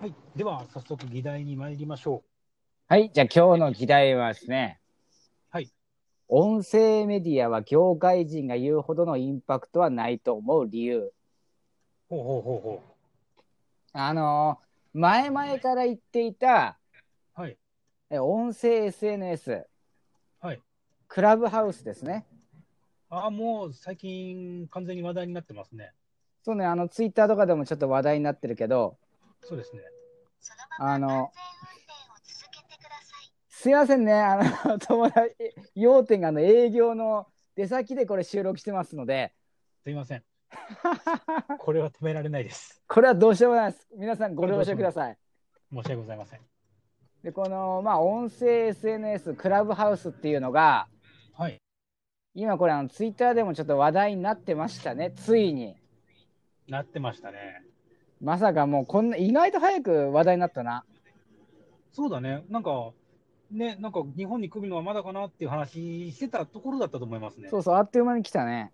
はい。では、早速議題に参りましょはい、じゃあ今日の議題はですね。はい。音声メディアは業界人が言うほどのインパクトはないと思う理由。う。ほうほうほうほあのー前々から言っていた、う。はい。え音声 SNS、はい。クラブハウスですね。ああ、もう最近完全に話題になってますね。そうね、あの、ツイッターとかでもちょっと話題になってるけど、そうですね。あの、すいませんね、あの、 友達、要点があの営業の出先でこれ収録してますので、すいませ ん。これは止められないです。これはどうしようもないです。皆さんご了承ください。申し訳ございません。でこの、まあ、音声 SNS クラブハウスっていうのがはい。今これあのツイッターでもちょっと話題になってましたねついになってましたね。まさかもうこんな意外と早く話題になったなそうだね。なんか、ね、なんか日本に来るのはまだかなっていう話してたところだったと思いますね。そうそうあっという間に来たね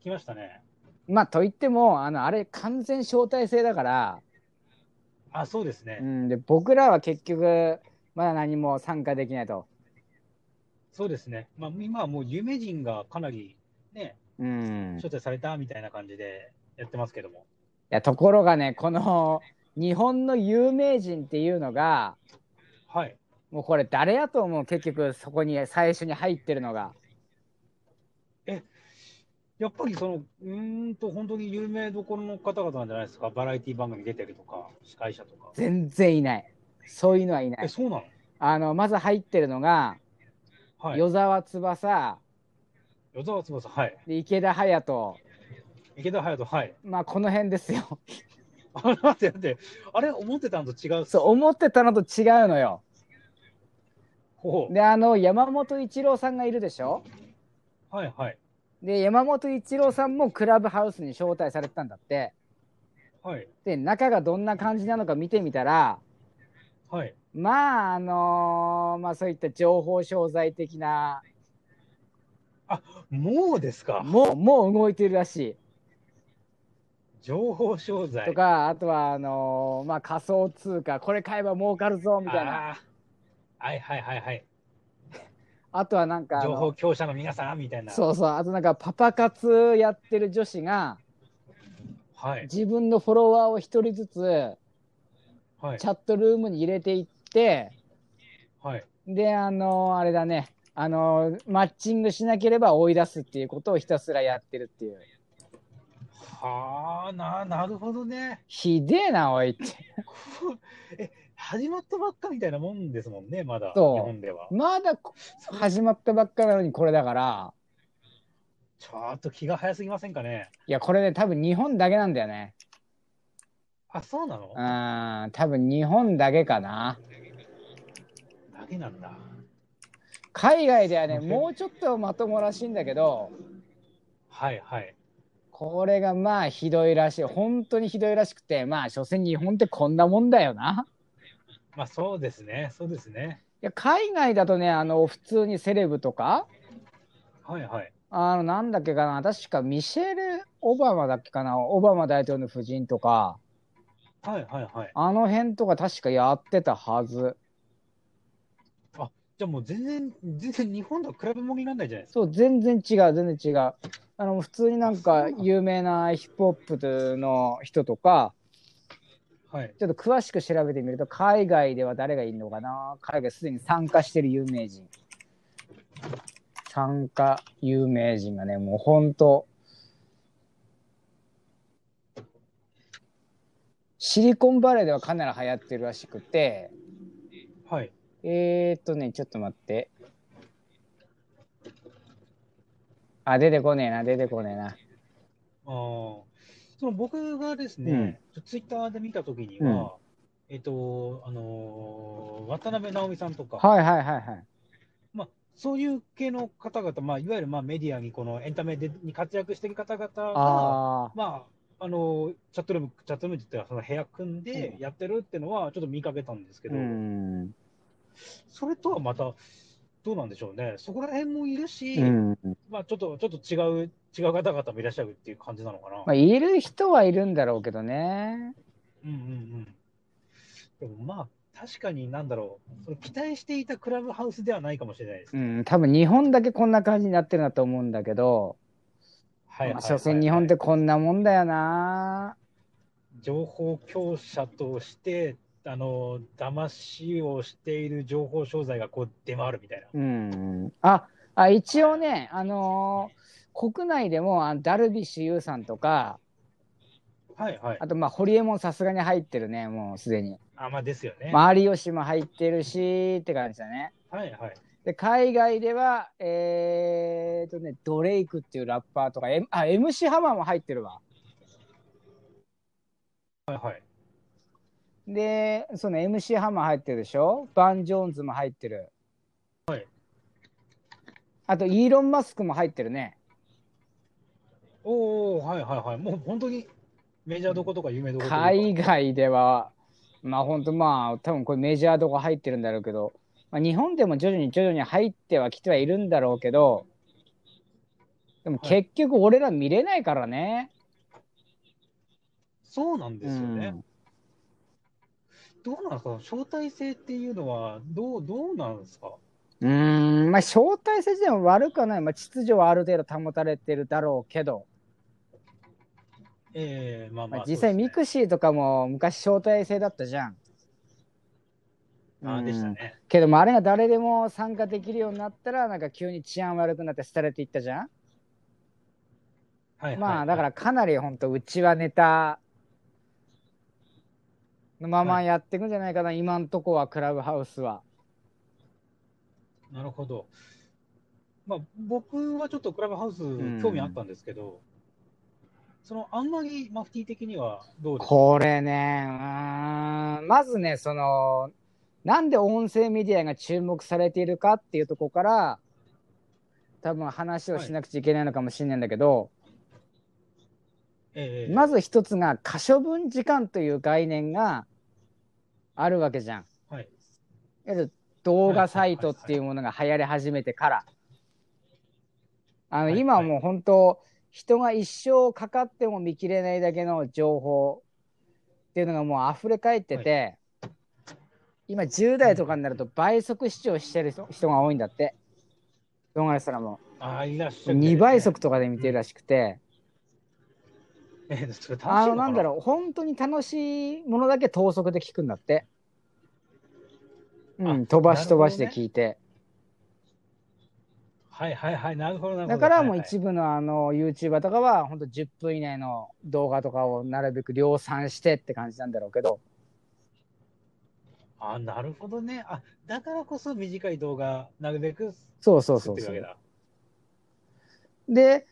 来ましたね。まあといってもあのあれ完全招待制だから、あ、そうですうね。ん、で僕らは結局まだ何も参加できないと、そうですね。まあ、今はもう有名人がかなり、ね、うん、い招待されたみたいな感じでやってますけども。やところがねこの日本の有名人っていうのがはい。もうこれ誰やと思う結局そこに最初に入ってるのがやっぱりその、うーんと、本当に有名どころの方々なんじゃないですか。バラエティ番組出てるとか、司会者とか。全然いないそういうのはいなえ、いそうなのあのまず入ってるのが、はい。与沢翼与沢翼、はい。で池田隼人池田隼人、はい。まあこの辺ですよ あれ、待って待って、あれ、思ってたのと違うっす。そう思ってたのと違うのよほうであの山本一郎さんがいるでしょはい、はい。で山本一郎さんもクラブハウスに招待されてたんだってはい、で中がどんな感じなのか見てみたらはい。まああのーまあそういった情報商材的なもうですか。もうもう動いてるらしい情報商材。とかあとはあのーまあ仮想通貨これ買えば儲かるぞみたいなあーはい、はい、はい、はい。あとはなんかあの情報強者の皆さん、みたいな。そうそうあとなんかパパ活やってる女子がはい、自分のフォロワーを一人ずつはいチ、ャットルームに入れていってはい。であのあれだねあのマッチングしなければ追い出すっていうことをひたすらやってるっていうはあ、な、なるほどね。ひでえなおいってえ、始まったばっかみたいなもんですもんね、まだ、日そう本では。まだこ始まったばっかなのにこれだからちょっと気が早すぎませんかね。いやこれね多分日本だけなんだよねあ、そうなのうん多分日本だけかなだけなんだ。海外ではねもうちょっとまともらしいんだけどはい、はい。これがまあひどいらしい本当にひどいらしくてまあ所詮日本ってこんなもんだよなまあ、そうですね、そうですね。いや海外だとねあの普通にセレブとかはい、はい。あのなんだっけかな確かミシェル・オバマだっけかなオバマ大統領の夫人とかはい、はい、はい。あの辺とか確かやってたはずじゃあもう全然、全然日本とは比べ物にならないじゃないですか。そう全然違う全然違うあの普通になんか有名なヒップホップの人とかはい。ちょっと詳しく調べてみると海外では誰がいるのかな海外すでに参加してる有名人参加有名人がねもうほんとシリコンバレーではかなり流行ってるらしくてはい。えー、っとねちょっと待ってあ出てこねえな出てこねえなあーその僕がですね、ツイッターで見たときには、えっと、あのー渡辺直美さんとか、はいはいはいはいまあ、そういう系の方々、まあ、いわゆるまあメディアに、このエンタメでに活躍している方々が、ああまあ、あのーチャットルーム、チャットルームっていうかその部屋組んでうんやってるっていうのは、ちょっと見かけたんですけうど、んそれとはまた、どうなんでしょうね、そこら辺もいるし、うんまあ、ちょっとちょっと違う、違う方々もいらっしゃるっていう感じなのかな。まあ、いる人はいるんだろうけどね。うんうんうん。でもまあ、確かになんだろう、その期待していたクラブハウスではないかもしれないです。うん、多分日本だけこんな感じになってるなと思うんだけど、はいはいまはあ、い所詮日本ってこんなもんだよな。情報強者として、あの騙しをしている情報商材がこう出回るみたいな。うん。あ、あ一応ね、あのー国内でもあのダルビッシュ有さんとか、はいはい。あとまあホリエモンさすがに入ってるね、もうすでに。あ、まあですよね。まあ有吉も入ってるしって感じだね。はいはい。で海外では、えー、とね、ドレイクっていうラッパーとか、M、あ、MC ハマーも入ってるわ。はいはい。で、その MC ハマー入ってるでしょバン・ジョーンズも入ってる。はい。あと、イーロン・マスクも入ってるね。おおはいはいはい。もう本当にメジャーどことか有名どことか。海外では、まあ本当まあ、多分これメジャーどこ入ってるんだろうけど、まあ、日本でも徐々に徐々に入ってはきてはいるんだろうけど、でも結局俺ら見れないからね。そうなんですよね。うんどうなんですか招待制っていうのはどう、どうなんですかうーん、まあ、招待制自体は悪くはない、まあ、秩序はある程度保たれてるだろうけど、ええまあままあ、あ、実際、ミそうクシーとかも昔、招待制だったじゃん。ですねあーでしたうんね。けども、あれが誰でも参加できるようになったら、なんか急に治安悪くなって、廃れていったじゃん。はいはい、まあ、だから、かなり本当、うちはネタのままやっていくんじゃないかな、今んとこは、クラブハウスは。なるほど。まあ、僕はちょっとクラブハウス興味あったんですけど、そのあんまりマフティー的にはどうですかこれね、うーんまずね、その、なんで音声メディアが注目されているかっていうところから、多分話をしなくちゃいけないのかもしれないんだけど、ええまず一つが、可処分時間という概念があるわけじゃん。はい。いわゆる動画サイトっていうものが流行り始めてから、あの、はい今はもう本当、人が一生かかっても見切れないだけの情報っていうのがもう溢れ返ってて、今10代とかになると倍速視聴してる人人が多いんだって。動画ですらもああ、いらっしゃる、 2倍。 速とかで見てるらしくて、ええそれ楽しいのかなあのなんだろう本当に楽しいものだけ等速で聞くんだって、うあん、飛ばし飛ばしなでるほど聞いて、はいはいはい、なるほどなるほど。だからもはういはい一部のあの YouTuber とかは本当10分以内の動画とかをなるべく量産してって感じなんだろうけどあなるほどね。あだからこそ短い動画、なるべくそうそ作うそってるうそわけうだ。で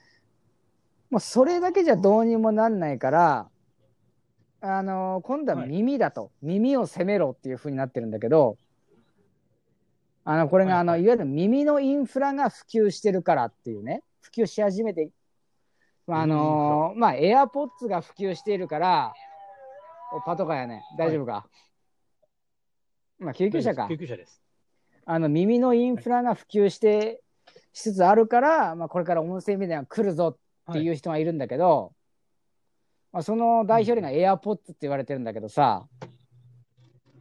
もうそれだけじゃどうにもなんないからあの今度は耳だと、耳を責めろっていう風になってるんだけどあのこれがあの、はいいはいわゆる耳のインフラが普及してるからっていうね普及し始めてまああのまあ AirPods が普及しているからおパトカーやね大丈夫か、まあ救急車か救急車です。あの耳のインフラが普及してしつつあるから、まあ、これから音声メディアが来るぞっていう人がいるんだけど、まあ、その代表例が AirPods って言われてるんだけどさ、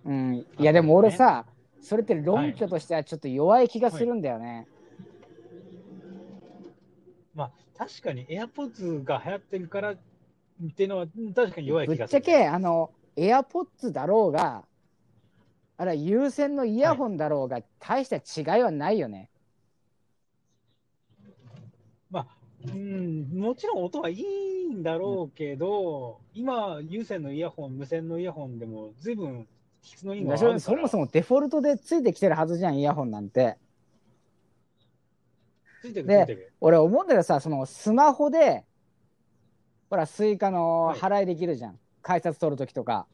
うん、いやでも俺さ、それって論拠としてはちょっと弱い気がするんだよね。まあ確かに AirPods が流行ってるからっていうのはうん確かに弱い気ぶっがちする。ゃけあの AirPods だろうがあれは有線のイヤホンだろうが、大した違いはないよね。うん、もちろん音はいいんだろうけど、今、有線のイヤホン、無線のイヤホンでも随分質のいいのがあだるしからそもそもデフォルトでついてきてるはずじゃんイヤホンなんて。ついてくるでついてくる。俺思うんだけどさそのスマホでほらスイカのはい払いできるじゃん、改札取る時とか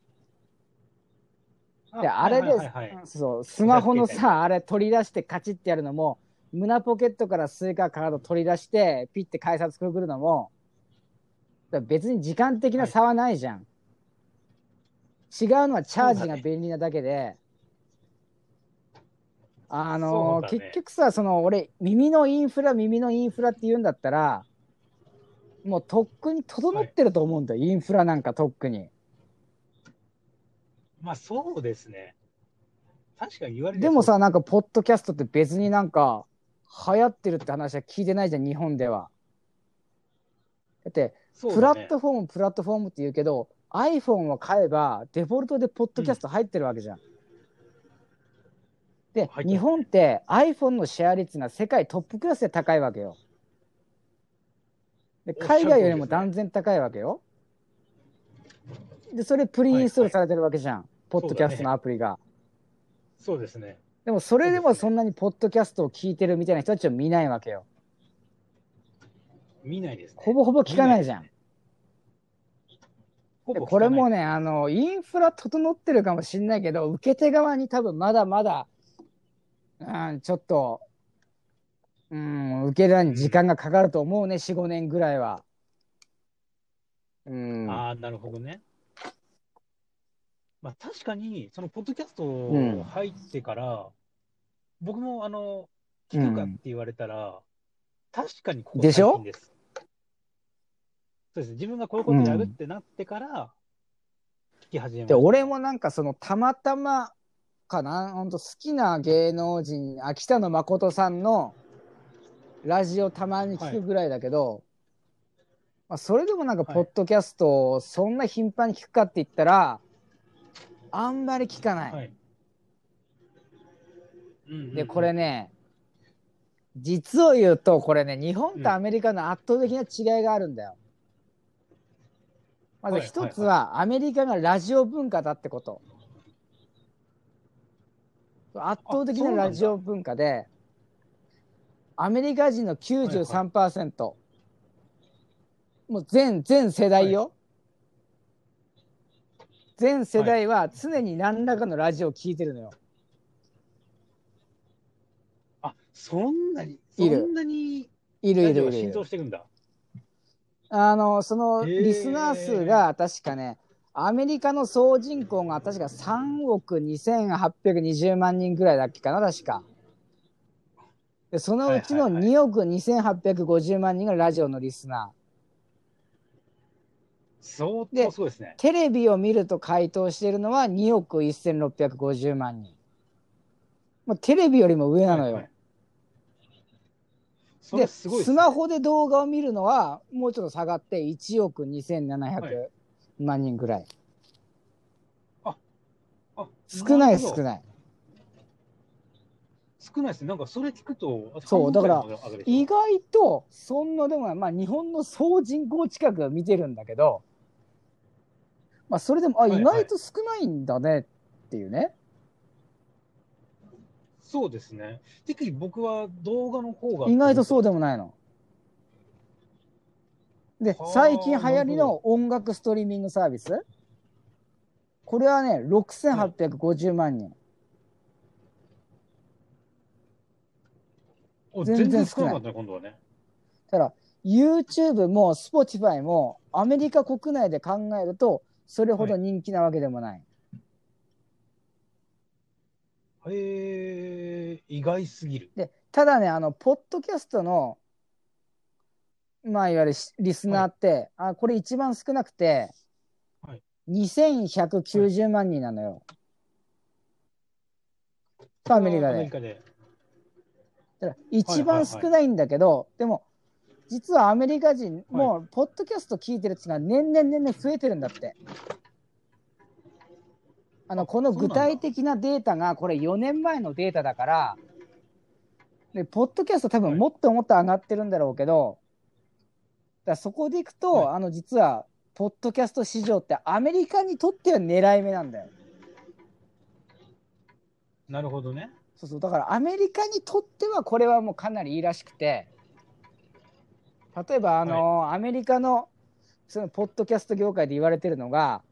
あであれではいはいはいはいそうスマホのやってたさあれ取り出してカチッてやるのも胸ポケットからスイカカード取り出してピッて改札くぐるのもだから別に時間的な差はないじゃん、違うのはチャージが便利なだけであそのうだね結局さその俺耳のインフラ耳のインフラって言うんだったらもうとっくに整ってると思うんだよ、インフラなんかとっくにまあそうですね。確かに言われてでもさ、なんか、ポッドキャストって別になんか、流行ってるって話は聞いてないじゃん、日本では。だって、そう、プそうだラねットフォーム、プラットフォームって言うけど、iPhone を買えば、デフォルトでポッドキャスト入ってるわけじゃん。入でって、る日本って iPhone のシェア率が世界トップクラスで高いわけよ。でおっしゃる海外よ通りりでもすね断然高いわけよ。で、それプリインストールされてるわけじゃん、ポッドキャストのアプリが。そうですね。でもそれでそうもですねそんなにポッドキャストを聞いてるみたいな人たちを見ないわけよ。見ないですね。ほぼほぼ聞かないじゃん。ほでぼ聞かないこれもね、あの、インフラ整ってるかもしれないけど、受け手側に多分まだまだ、うん、ちょっと、うん、受ける側に時間がかかると思うね、4、5年ぐらいは。うん。ああ、なるほどね。まあ、確かに、そのポッドキャスうんト入ってから、僕もあの、聞くかって言われたら、確かにここでしょ最近です。そうです。自分がこういうことやるってなってから、聞き始めましで、た。俺もなんかその、たまたまかな、ほんと好きな芸能人、あ北野誠さんのラジオたまに聞くぐらいだけど、まあ、それでもなんか、はいポッドキャストをそんな頻繁に聞くかって言ったら、あんまり聞かない。はい。うんうんうんで、これ、ね、実を言うと、これね、日本とアメリカの圧倒的な違いがあるんだよ。まずはい一つは、アメリカがラジオ文化だってこと。圧倒的なラジオ文化で、アメリカ人の93%、もう全、全世代よ。全世代は常に何らかのラジオを聞いてるのよ。あ、そんなに、そいるんなに、いるいラるいジオるはいる。浸透していくんだ。あの、そのへーリスナー数が確かね、アメリカの総人口が確か3億2820万人ぐらいだっけかな、確か。で、そのうちのはいはいはい2億2850万人がラジオのリスナー。相で当そうですね。テレビを見ると回答しているのは2億1650万人。もうテレビよりも上なのよ。はいはいそれすごいっすスねマホで動画を見るのはもうちょっと下がって1億2700万人ぐらい、あ少ないるほ少どない少ないですね。なんかそれ聞くと、あとそうだから半分くいの上がるでしょ意外とそんなでもない、まあ、日本の総人口近くは見てるんだけど、まあ、それでもあはいはい意外と少ないんだねっていうね、そうですね。てっきり僕は動画の方が。意外とそうう。でもないの。ではあ最近流行りの音楽ストリーミングサービスこれはね6850万人、お全然全然少なかったね、今度はね。だから YouTube も Spotify もアメリカ国内で考えるとそれほど人気なわけでもない、へえ、意外すぎる。でただねあのポッドキャストのまあいわゆるしリスナーって、あこれ一番少なくて、はい2190万人なのよ、アメリカアメでリカで。だから一番少ないんだけど、でも実はアメリカ人もポッドキャスト聞いてる人が年々年々増えてるんだってあのこのそうなん具だ体的なデータがこれ4年前のデータだからでポッドキャスト多分もっともっと上がってるんだろうけどだからそこでいくと、はあの実はポッドキャスト市場ってアメリカにとっては狙い目なんだよなるほどね。そうそうだからアメリカにとってはこれはもうかなりいいらしくて例えばあの、アメリカのそのポッドキャスト業界で言われてるのが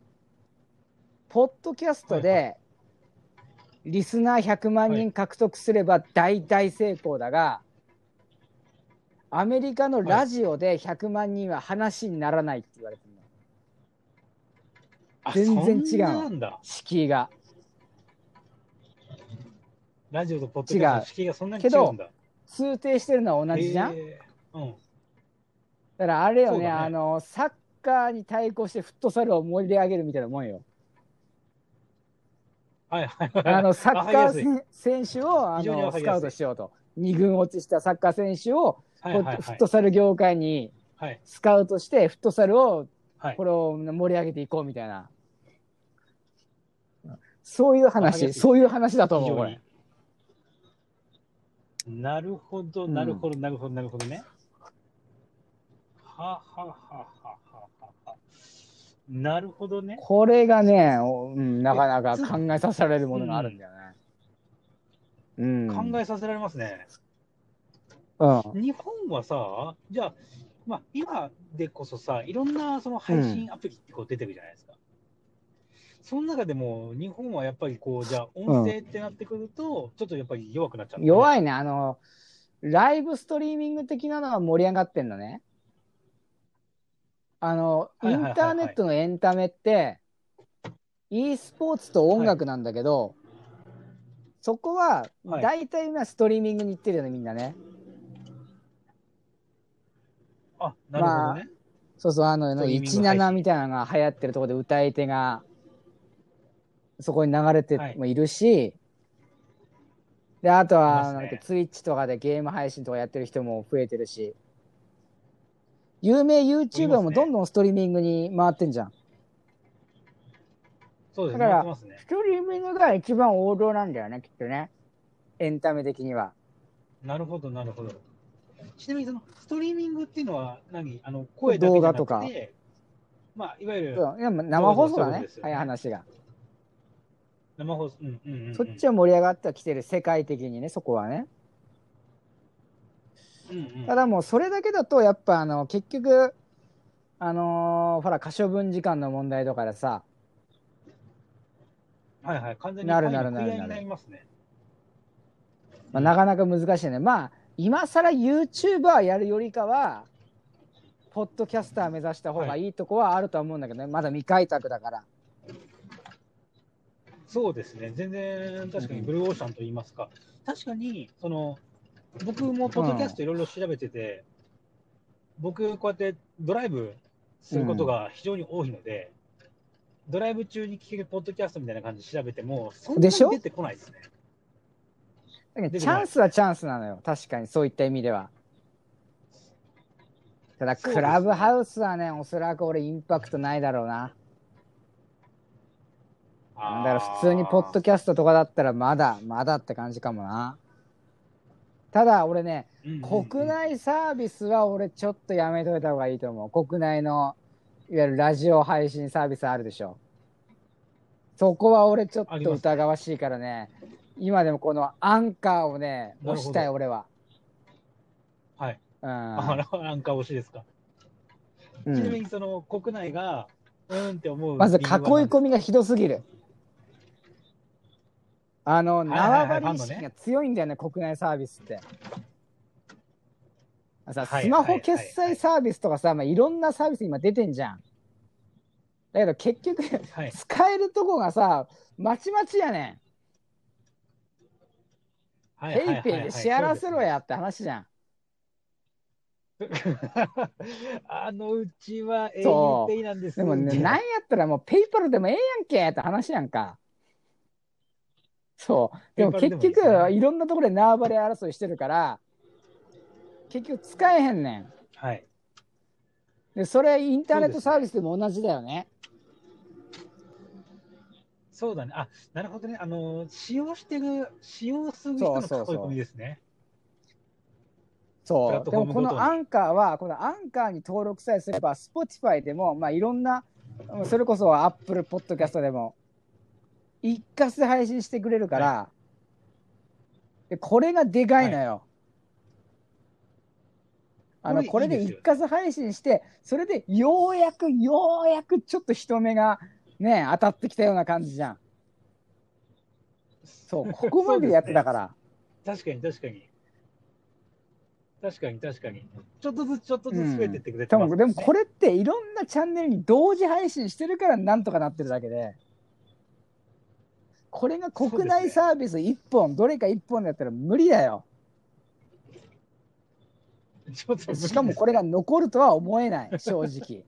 ポッドキャストはいでリスナー100万は人獲得すれば大大成功だが、アメリカのラジオで100万人は話にならないって言われてるのあ全然違うそんなんだ。敷居が。ラジオとポッドキャストの敷居がそんなに違うんだ。通底してるのは同じじゃん、へーうん。だからあれよねそうだね あのサッカーに対抗してフットサルを盛り上げるみたいなもんよはいはいはい。あの、サッわかりカやすいー選手を、あ非常にわの、かスりカやすいウトしようと。二軍落ちしたサッカー選手を、はいはいこうフはッいト。サル業界にはいスカウトして、フットサルを、はいこれを盛り上げていこうみたいな。そういうわかりや話、すいそういう話だと非思う、こ常れに。。なるほど、なるほど、なるほど、なるほどね。ははははははは。なるほどね。これがね、おうん、なかなか考えさせられるものがあるんだよね。うん。考えさせられますね。うん。日本はさ、じゃあ、まあ、今でこそさ、いろんなその配信アプリってこう出てるじゃないですか。その中でも、日本はやっぱりこう、じゃあ、音声ってなってくると、ちょっとやっぱり弱くなっちゃう、い。弱いね、あの、ライブストリーミング的なのが盛り上がってんのね。あの、はいはイいはいはいンターネットのエンタメって、e スポーツと音楽なんだけど、そこは、はい大体今ストリーミングに行ってるよね、みんなね。あ、なるほどね。そうそう、あの、ストリーミング配17信みたいなのが流行ってるところで歌い手が、そこに流れてもいるし、で、あといますは、ねなんか、ツイッチとかでゲーム配信とかやってる人も増えてるし、有名いま YouTuber すもねどんどんストリーミングに回ってんじゃん。そうですね。だからやってますね。ストリーミングが一番王道なんだよね、きっとね。エンタメ的には。なるほど、なるほど。ちなみに、その、ストリーミングっていうのは何、あの、声だけじゃなくて動画とかまあ、いわゆるそういや生放送だそういうことねです、よね早い話が。生放送、うんうんうんうん。そっちは盛り上がってはきてる、世界的にね、そこはね。うんうんただもうそれだけだとやっぱあの結局あのーほら可処分時間の問題とかでさはいはい、完全になるなるなる愛の食い合いになりますね。まあ、なかなか難しいね。まあ、今更 YouTuber やるよりかは、ポッドキャスター目指した方がいいとこはあるとは思うんだけどね。まだ未開拓だから。そうですね、全然確かにブルーオーシャンと言いますか、確かにその僕もポッドキャストいろいろ調べてて、僕、こうやってドライブすることが非常に多いので、ドライブ中に聞けるポッドキャストみたいな感じで調べても、そんなでしょに出てこないですね。だけでどきチないャンスはチャンスなのよ。確かに、そういった意味では。ただ、そうですねクラブハウスはね、おそらく俺インパクトないだろうな。だから普通にポッドキャストとかだったらまだまだって感じかもな。ただ俺ね、ト国内サービスは俺ちょっとやめといた方がいいと思う。国内のいわゆるラジオ配信サービスあるでしょ。そこは俺ちょっありとますね疑わしいからね、今でもこのアンカーをね、なるほど押したい俺は。はい、うあん。らなんか推しですか。うちなみん、にその国内がうーんって思うまず囲い理由は何ですか込みがひどすぎる。あの、いはいはい縄張り意識が強いんだよね、国内サービスって。あさ、はいスマホ決済サービスとかさ、まあ、いろんなサービス今出てんじゃん。だけど結局、はい、使えるとこがさ、まちまちやねん。はいはいはいペイはいペイで支払わせろやって話じゃん。 あのうちは英雄そうペイなんですでもね、なんやったらもうペイパルでもええやんけって話やんか。そう。でもペイパ結ルでもいいですね局、いろんなところで縄張り争いしてるから、結局使えへんねん。はい。で、それインターネットサービスでも同じだよね。そうだね。あ、なるほどね。あの、使用してる、使用する人の囲いそうそうそう込みですね。プそラッう。トでフォーもムごことのにアンカーは、このアンカーに登録さえすれば、Spotify でも、まあいろんな、それこそ Apple Podcast でも、一括で配信してくれるから、でこれがでかいのよ。あの、ここれいれいでですよ一括配信して、それでようやく、ようやくちょっと人目がね、当たってきたような感じじゃ ん。そう、ここまでやってたから。確かに、確かに。確かに、確かに。ちょっとずつ、ちょっとずつ増えてってくれて多ます、分でもこれっていろんなチャンネルに同時配信してるからなんとかなってるだけでこれが国内サービス1本、どれか1本だったら無理だよちょっと無理ですしかもこれが残ると は思えない正直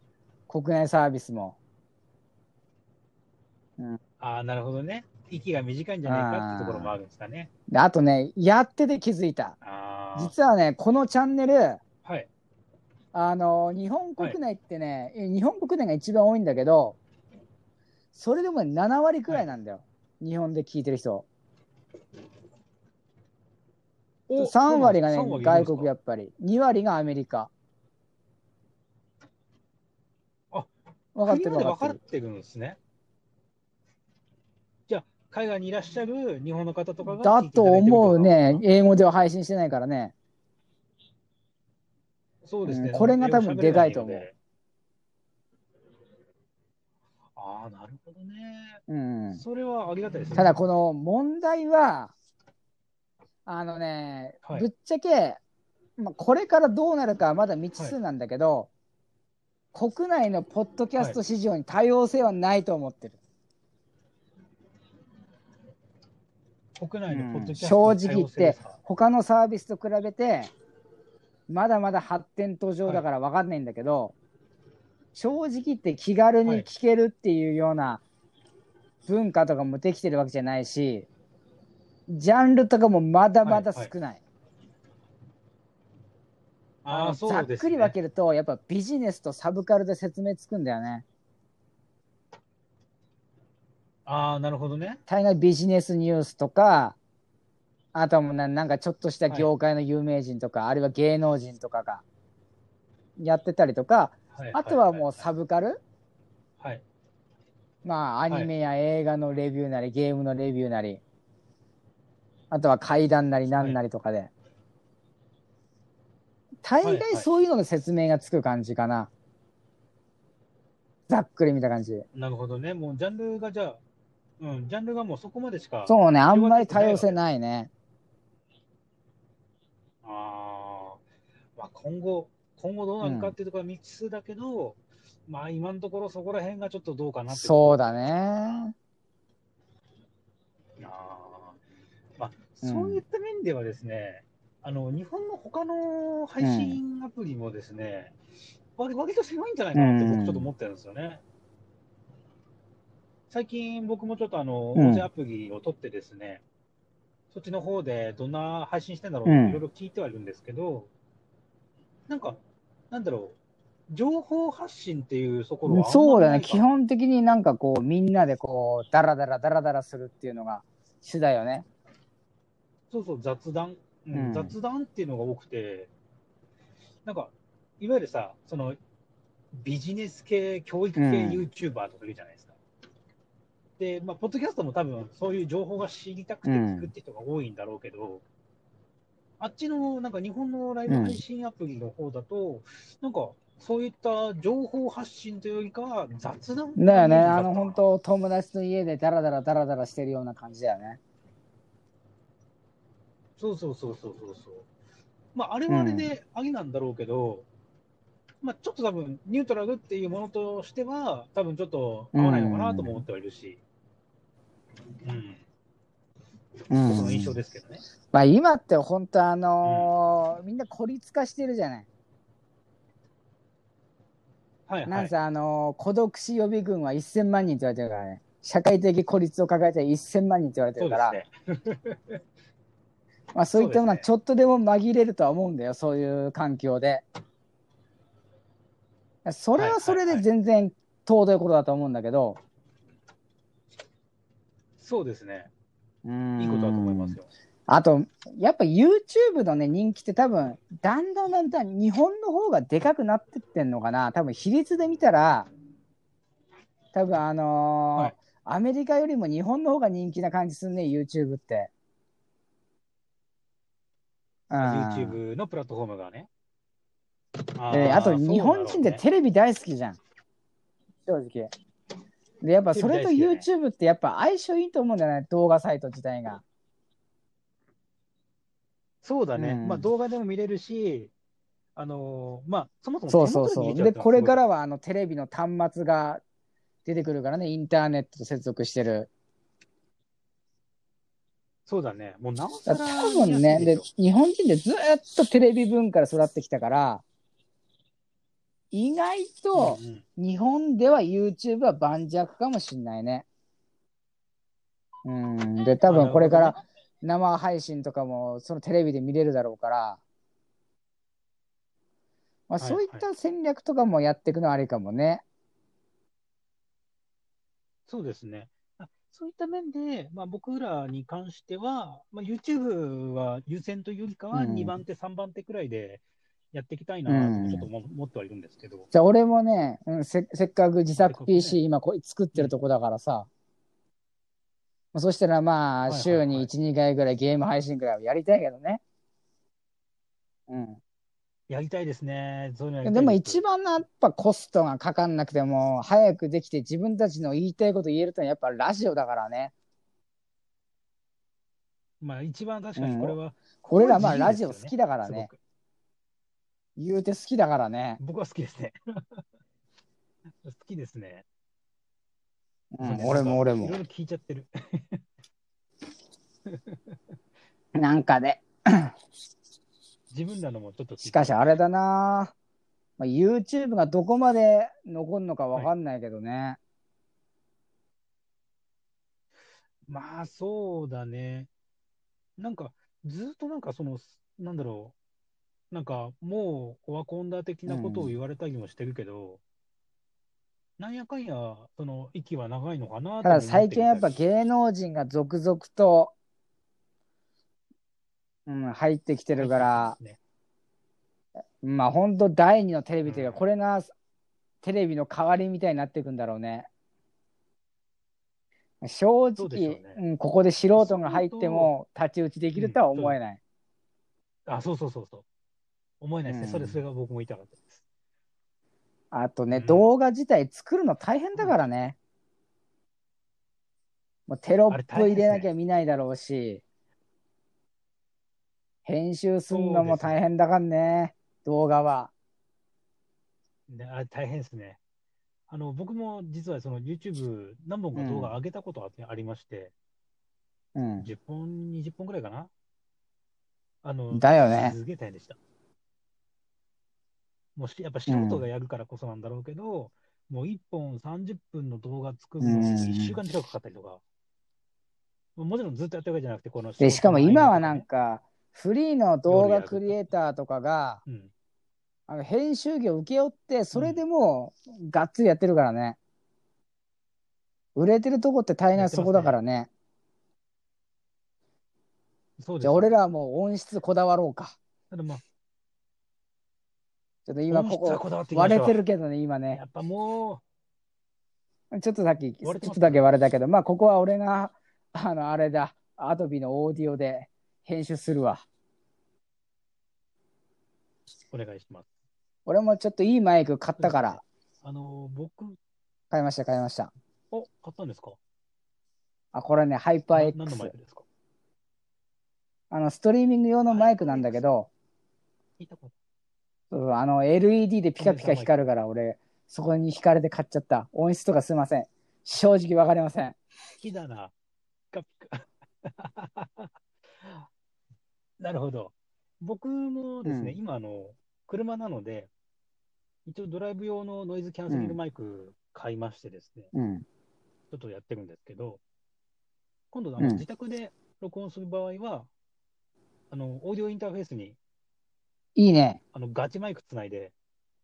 国内サービスもうんああ、なるほどね。息が短いんじゃないかってところもあるんですかね。であとね、やってて気づいた。ああ。実はね、このチャンネル、はい。あの、日本国内ってね、え日本国内が一番多いんだけど、それでもね7割くらいなんだよ。日本で聞いてる人。3割がね、外国やっっぱり。2割がアメリカ。あ分かってる国まで分か分かってるっ。てるんですね。じゃあ、海外にいらっしゃる日本の方とかが聞いだていたとだいてるって思こうとね。。英語では配信してないからね。そうですね。うんこれが多分でかいと思う英語喋れないので。ああ、なるほどね。うん。それはありがたいですね。ただこの問題は、あのね、はいぶっちゃけ、まあ、これからどうなるかはまだ未知数なんだけど、国内のポッドキャスト市場に多様性はないと思ってる。国内のポッドキャスうトん正直言多様って性ですか他のサービスと比べてまだまだ発展途上だから分かんないんだけど、正直言って気軽に聞けるっていうような文化とかもできてるわけじゃないしジャンルとかもまだまだ少ない。ああ、そうざでっす、ね。くり分けるとやっぱビジネスとサブカルで説明つくんだよね。ああ、なるほどね。大概ビジネスニュースとかあとはもうななんかちょっとした業界の有名人とか、あるいは芸能人とかがやってたりとかいあとはもうサブカル、はい。はいまあアニメや映画のレビューなり、ゲームのレビューなりあとは怪談なりなんなりとかで、大はいはい概そういうのの説明がつく感じかな、ざっくり見た感じなるほどね。もうジャンルがじゃあ、うん、ジャンルがもうそこまでしか。そうねあんまり多様性ないねあーまあ、今後、今後どうなるかっていうところは未知数だけど、まあ今のところそこら辺がちょっとどうかなってとこそうだねろあーまあ、うんそういった面ではですね、あの日本の他の配信アプリもですね、割割と狭いんじゃないかなってうん僕ちょっと思ってるんですよね。最近僕もちょっとあの、うん音声アプリを取ってですね、そっちの方でどんな配信してんだろうってうんいろいろ聞いてはいるんですけど、なんか、なんだろう、情報発信っていうところはあんまりそうだなねいか基本的になんかこうみんなでこうダラダラダラダラするっていうのが主だよねそうそう、雑談、うんうん雑談っていうのが多くて、なんか、いわゆるさ、そのビジネス系、教育系うん YouTuber とかいるじゃないですか。で、まあ、ポッドキャストも多分、そういう情報が知りたくて聞くって人が多いんだろうけど、あっちの、なんか日本のライブ配信アプリの方だと、なんか、そういった情報発信というよりかは、雑談だよねあの本本当当友達と家でダラダラダラダラしてるような感じだよねそうそうそうそうそうそう。まあ、あれはあれでありなんだろうけど、まあ、ちょっと多分、ニュートラルっていうものとしては、多分ちょっと合わないのかなとも思ってはいるし、うん、う僕の印象んですけどね。まあ今って本当あのーみんな孤立化してるじゃない、はい、なはんいせ。あのー孤独死予備軍は1000万人って言われてるからね社会的孤立を抱えて1000万人って言われてそうるでからすね。まあ、そういったものはそうですねちょっとでも紛れるとは思うんだよそういう環境でそれはそれで全然尊いことだと思うんだけど、そうですね。うんいいことだと思いますよ。あとやっぱ YouTube のね人気って多分だんだんだんだん日本の方がでかくなってってんのかな多分比率で見たら多分あのーはいアメリカよりも日本の方が人気な感じすんね YouTube って。うん、 YouTube のプラットフォームがね。あーえーあと日本人ってテレビ大好きじゃん、正直でやっぱそれテとレビ大好き YouTube ってやっぱ相性いいと思うんだよね動画サイト自体がそうだね。うんまあ、動画でも見れるし、あのーまあ、そもそもそうそうそう手元見えでちゃうってのはすごいこれからはあのテレビの端末が出てくるからねインターネットと接続してるそうだね。もうなおさだらから多分ね見やですいし日本人ってずっとテレビ文化で育ってきたから意外ょとうんうん日本では YouTube は盤石かもしんないねうん。で、多分これから生配信とかも、そのテレビで見れるだろうから、まはいあ、そういった戦略とかもやっていくのはありかもね。そうですね。あそういった面で、まあ、僕らに関しては、まあ、YouTube は優先というよりかは、うん2番手、3番手くらいでやっていきたいなうと、んちょっと思思ってはいるんですけど、じゃあ、俺もね、うん、せせっかく自せっか作くね PC 今こ作ってるとこだからさ、まあ、そしたらまはいあ、はいはい週に1、2回ぐらいゲーム配信ぐらいはやりたいけどね。うん。やりたいですね、そういうのやりたいでもす一番やっぱコストがかかんなくても早くできて自分たちの言いたいこと言えるとのはやっぱラジオだからね。まあ、一番確かにこれは、俺らまあこれラ自ジ由オですよね好きだからすごね。く、言うて好きだからね。僕は好きですね。 好きですね。うんそうです俺も俺いもろい。ろ聞いちゃってる。なんかね。自分らのもちょっと聞いてしかしあれだな、まあ、YouTube がどこまで残るのかわかんないけどね。まあそうだね。なんか、ずっとなんかその、なんだろう、なんかもうオワコンだ的なことをうん言われたりもしてるけど、なんやかんや、その息は長いのかなただ最近やっぱー芸能人が続々と、うん、入ってきてるから。まあ本当第二のテレビというか、うんこれがテレビの代わりみたいになっていくんだろうね。正そう直、でしょうねうん、ここで素人が入っても太刀打ちできるとは思えない。あ、そうそうそうそう。思えないですね。うんそれ、それが僕も言いたかったです。あとね、うん動画自体作るの大変だからね。もうテロップ入れなきゃ見ないだろうし、編集するのも大変だからね、動画は。ね、あ大変ですね。あの、僕も実はその YouTube 何本か動画上げたことあってありまして、うん、 10本、20本くらいかな。あの、だよね。すげえ大変でした。もうしやっぱ素人がやるからこそなんだろうけど、もう1本30分の動画作るのにうん1週間近くかかったりとか、もちろんずっとやってるわけじゃなくて、こので、しかも今はなんか、か、フリーの動画クリエイターとかが、うん、あの編集業請け負って、それでもう、がっつりやってるからね。売れてるとこって大変なそこだからね。そうです、じゃあ、俺らはもう音質こだわろうか。ただまあ、ちょっと今音こ質はこ、こだわっていきまし割ょうれてるけどね、今やね。っぱもちょっとさっき、ちょ割れってますとだけ割れたけど、まあ、ここは俺が、あの、あれだ、アドビのオーディオで編集するわ。う、お願いします。俺もちょっといいマイク買ったから、あの、僕、買いました、買いました。お、買ったんですかあ、これね、ハイパーな何の X マイ。クですかあの、ストリーミング用のマイクなんだけど、聞いたことうんあの、LED でピカピカ光るから、俺、そこに惹かれて買っちゃった。音質とかすいません。正直わかりません。好きだな。 ピカピカ。なるほど。僕もですね、うん今あの、車なので、一応ドライブ用のノイズキャンセリングマイク買いましてですね、うん。ちょっとやってるんですけど、今度あうの、ん自宅で録音する場合は、あの、オーディオインターフェースにいいね。あのガチマイクつないで、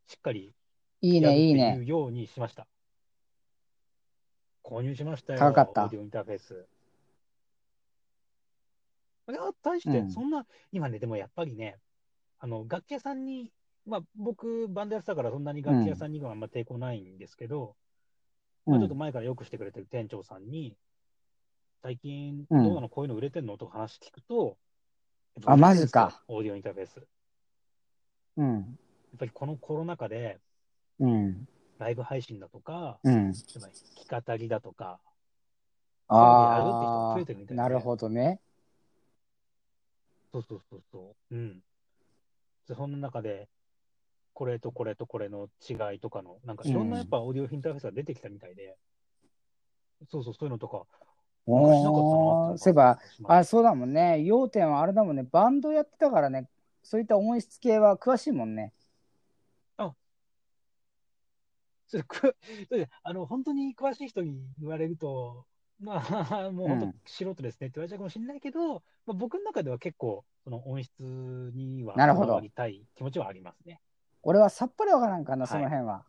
しっかりいいやるっね、ていいいね。うようにしました。購入しましたよ、高かったオーディオインターフェース。いや、大してう、んそんな、今ね、でもやっぱりね、あの楽器屋さんに、まあ、僕、バンドやってたから、そんなに楽器屋さんにはあんま抵抗ないんですけど、うまあ、ちょっとん。前からよくしてくれてる店長さんに、最近、うんどうなの、こういうの売れてんのとか話聞くと、あマジかやっぱ売れてるんですよ。オーディオインターフェース。やうん。っぱりこのコロナ禍で、うん。ライブ配信だとか、うん。つまり弾き語りだとか、ああ、なるほどね。そうそうそうそう。うん。でそんな中で、これとこれとこれの違いとかの、なんかいろんうんなやっぱオーディオインターフェースが出てきたみたいで、そうそう、そういうのとか、昔なかったおなー、そういえば、ああ、そうだもんね。要点はあれだもんね。バンドやってたからね、そういった音質系は詳しいもんね。それくそれあの本当に詳しい人に言われると、まあ、もう本う当ん、素人ですねって言われちゃうかもしれないけど、まあ、僕の中では結構、その音質にはなるほどこだわりたい気持ちはありますね。俺はさっぱりわからんかはな、いその辺は。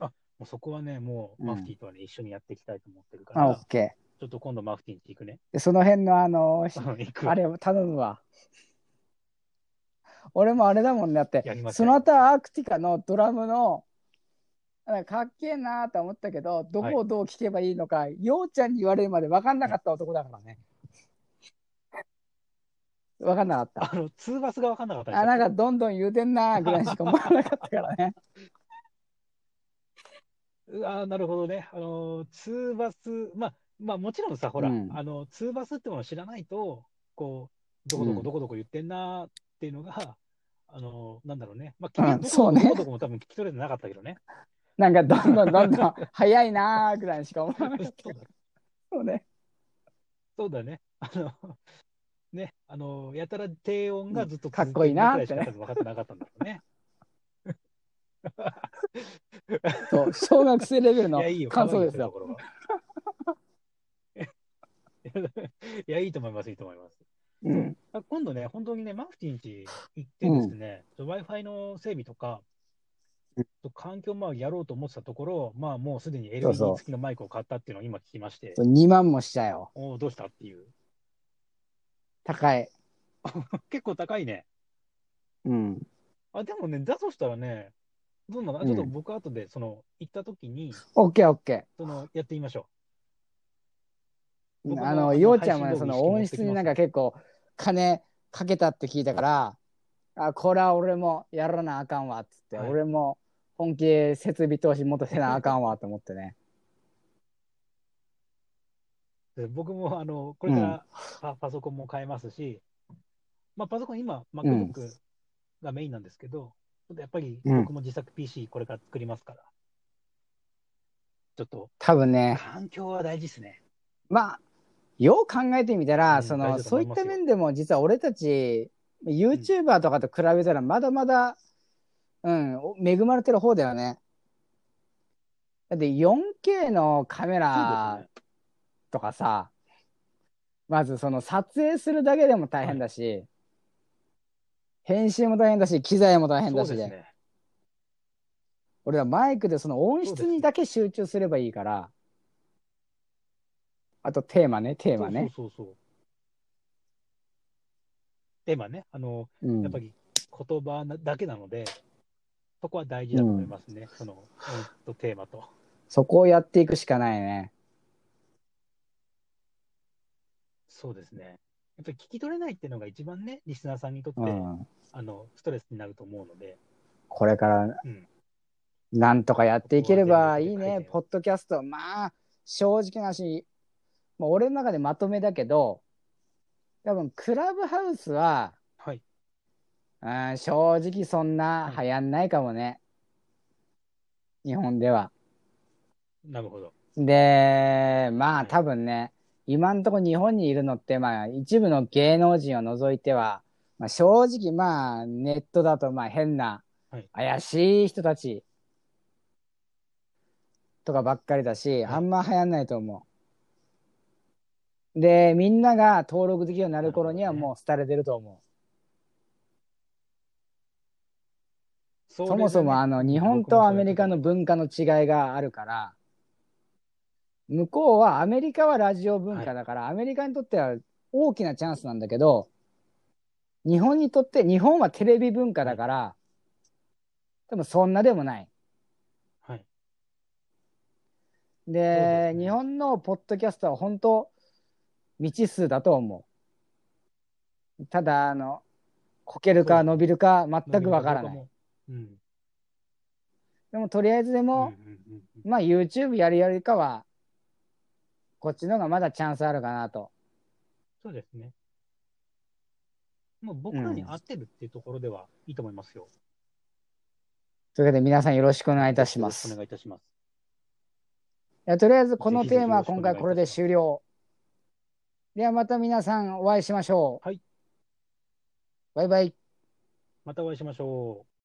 もうそこはね、もううんマフティーとはね、一緒にやっていきたいと思ってるかあ、ら、オッケー。ちょっと今度マフティーに行くね。で、その辺の あの、行く。あれを頼むわ。俺もあれだもんね、だって。やりましそょうの後はアークティカのドラムの、なんかかっけえなとは思ったけど、どこをどう聞けばいいのか、ようちゃんに言われるまで分かんなかった男だから ね。分かんなかった。あの、ツーバスが分かんなかったあ、なんかかどんどん言うてんなぐらいしか思わなかったからね。 あーなるほどね。あの、ツーバス、まあ、まあ、もちろんさ、ほら、うんあの、ツーバスってものを知らないと、こう、どこどこどこどこ言ってんなーっていうのが、あの、なんだろうね。まあ、君はどこそうねどこどこも多分聞き取れてなかったけ どね。なんかどんどんどんどん早いなぐらいしか思わなかっそうだたよね。 そうだね。あの、ね、あの、やたら低音がずっとかっこいいなーってね続いるぐらいしか多分分かってなかったんだろ うね。そう、小学生レベルいのや、いいよ。感想です可愛よ。いそう いうところはいや、いいと思います、いいと思います。うん。あ今度ね、本当にね、マフティーンチ行ってですね、ちょ Wi-Fi の整備とかうん、と環境周りやろうと思ってたところ、まあもうすでにそう LED そう付きのマイクを買ったっていうのを今聞きまして、 2万もしたよ。おお、どうしたっていう。 高い。結構高いね。うん。あ、でもね、だとしたらね、どうなの、うんちょっと僕後で、その、行った時に、オッケーオッケー。その、やってみましょ僕もああのの、ようちゃんもね、配信そ道具の音質になんか結構金かけたって聞いたから、あ、これは俺もやらなあかんわっつって、はい俺も本気で設備投資もっとせなあかんわと思ってね。う。で僕も、あの、これからパ、パソコンも買えますし、まあ、パソコン今、ん MacBook がメインなんですけど、ちょっとやっぱり、うん僕も自作 PC これから作りますから、ちょっと、多分ね、環境は大事ですね。まあ、よう考えてみたら、うんそ大の、事だとそ思ういいっますたよ面でも実は俺たち、YouTuber とかと比べたらまだまだ、うん、お恵まれてる方だよね。だって 4K のカメそうラですね。とかさ、まずその撮影するだけでも大変だし、編集も大変だし、機材も大変だしそうで、ですね。俺はマイクでその音そう質ですねにだけ集中すればいいから、あとテーマね、テーマね。そうそうそうそう。テーマね、あの、うんやっぱり言葉なだけなので、そこは大事だと思いますね、その音とテーマと。そこをやっていくしかないね。そうですね。やっぱり聞き取れないっていうのが一番ね、リスナーさんにとって、うん。あのストレスになると思うので、これからうん、なんとかやっていければいいここは全力で書いてねね、ポッドキャスト。まあ、正直な話、もう俺の中でまとめだけど、多分クラブハウスは、はい。うん、正直そんな流行んないかもね。日本では。なるほど。で、まはあい多分ね、今んとこ日本にいるのって、まあ一部の芸能人を除いては、まあ正直まあネットだとまあ変なはい、怪しい人たちとかばっかりだし、はいあんま流行んないと思う。で、みんなが登録できるようになる頃にはなるほどねもう廃れてると思う。そそもそもあの日本とアメリカの文化の違いがあるから、向こうはアメリカはラジオ文化だから、アメリカにとっては大きなチャンスなんだけど、日本にとって、日本はテレビ文化だから、多分そんなでもない。はい。で、ですね日本のポッドキャストは本当、未知数だと思う。ただ、あの、こけるか伸びるか全くわからない。もう。うん。でも、とりあえずでも、うんうんうんうんまあ YouTube やるよりかは、こっちの方がまだチャンスあるかなと。そうですね。もう僕らに合ってるっていうところではいいと思いますよ。というわけで皆さんよろしくお願いいたしまよろくおす。願いいたします。いやとりあえずこのぜひぜひテーマはよろしくお今願いい回たしますこれで終了。ではまた皆さんお会いしましょう。はい。バイバイ。またお会いしましょう。